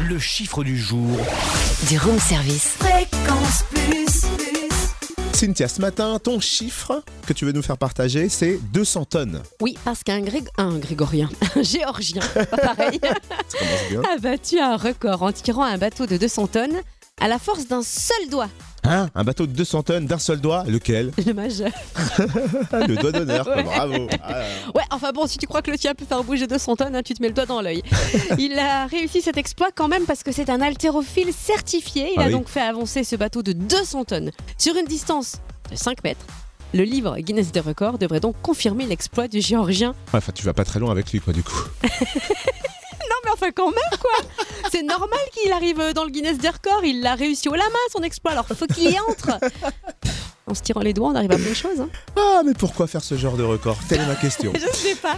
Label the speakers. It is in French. Speaker 1: le chiffre du jour.
Speaker 2: du room service.
Speaker 3: Fréquence plus,
Speaker 4: Cynthia, ce matin, ton chiffre que tu veux nous faire partager, c'est 200 tonnes.
Speaker 2: Oui, parce qu'un Grég... un grégorien, un géorgien, pas pareil,
Speaker 4: Ça commence bien.
Speaker 2: a battu un record en tirant un bateau de 200 tonnes à la force d'un seul doigt,
Speaker 4: Hein Un bateau de 200 tonnes d'un seul doigt, lequel
Speaker 2: le majeur.
Speaker 4: Ah, Le doigt d'honneur, quoi,
Speaker 2: Ouais.
Speaker 4: bravo. Ah,
Speaker 2: Ouais, enfin bon, si tu crois que le tien peut faire bouger 200 tonnes, hein, tu te mets le doigt dans l'œil. Il a réussi cet exploit quand même parce que c'est un haltérophile certifié. Il
Speaker 4: Ah
Speaker 2: a
Speaker 4: oui.
Speaker 2: donc fait avancer ce bateau de 200 tonnes sur une distance de 5 mètres. Le livre Guinness des records devrait donc confirmer l'exploit du géorgien.
Speaker 4: ouais, Enfin, tu vas pas très loin avec lui, quoi, du coup.
Speaker 2: Non mais enfin quand même quoi C'est normal qu'il arrive euh, dans le Guinness des records, il l'a réussi au lama son exploit, alors faut qu'il y entre Pff, En se tirant les doigts, on arrive à plein de choses. hein.
Speaker 4: Ah, mais pourquoi faire ce genre de record Telle est ma question.
Speaker 2: Je sais pas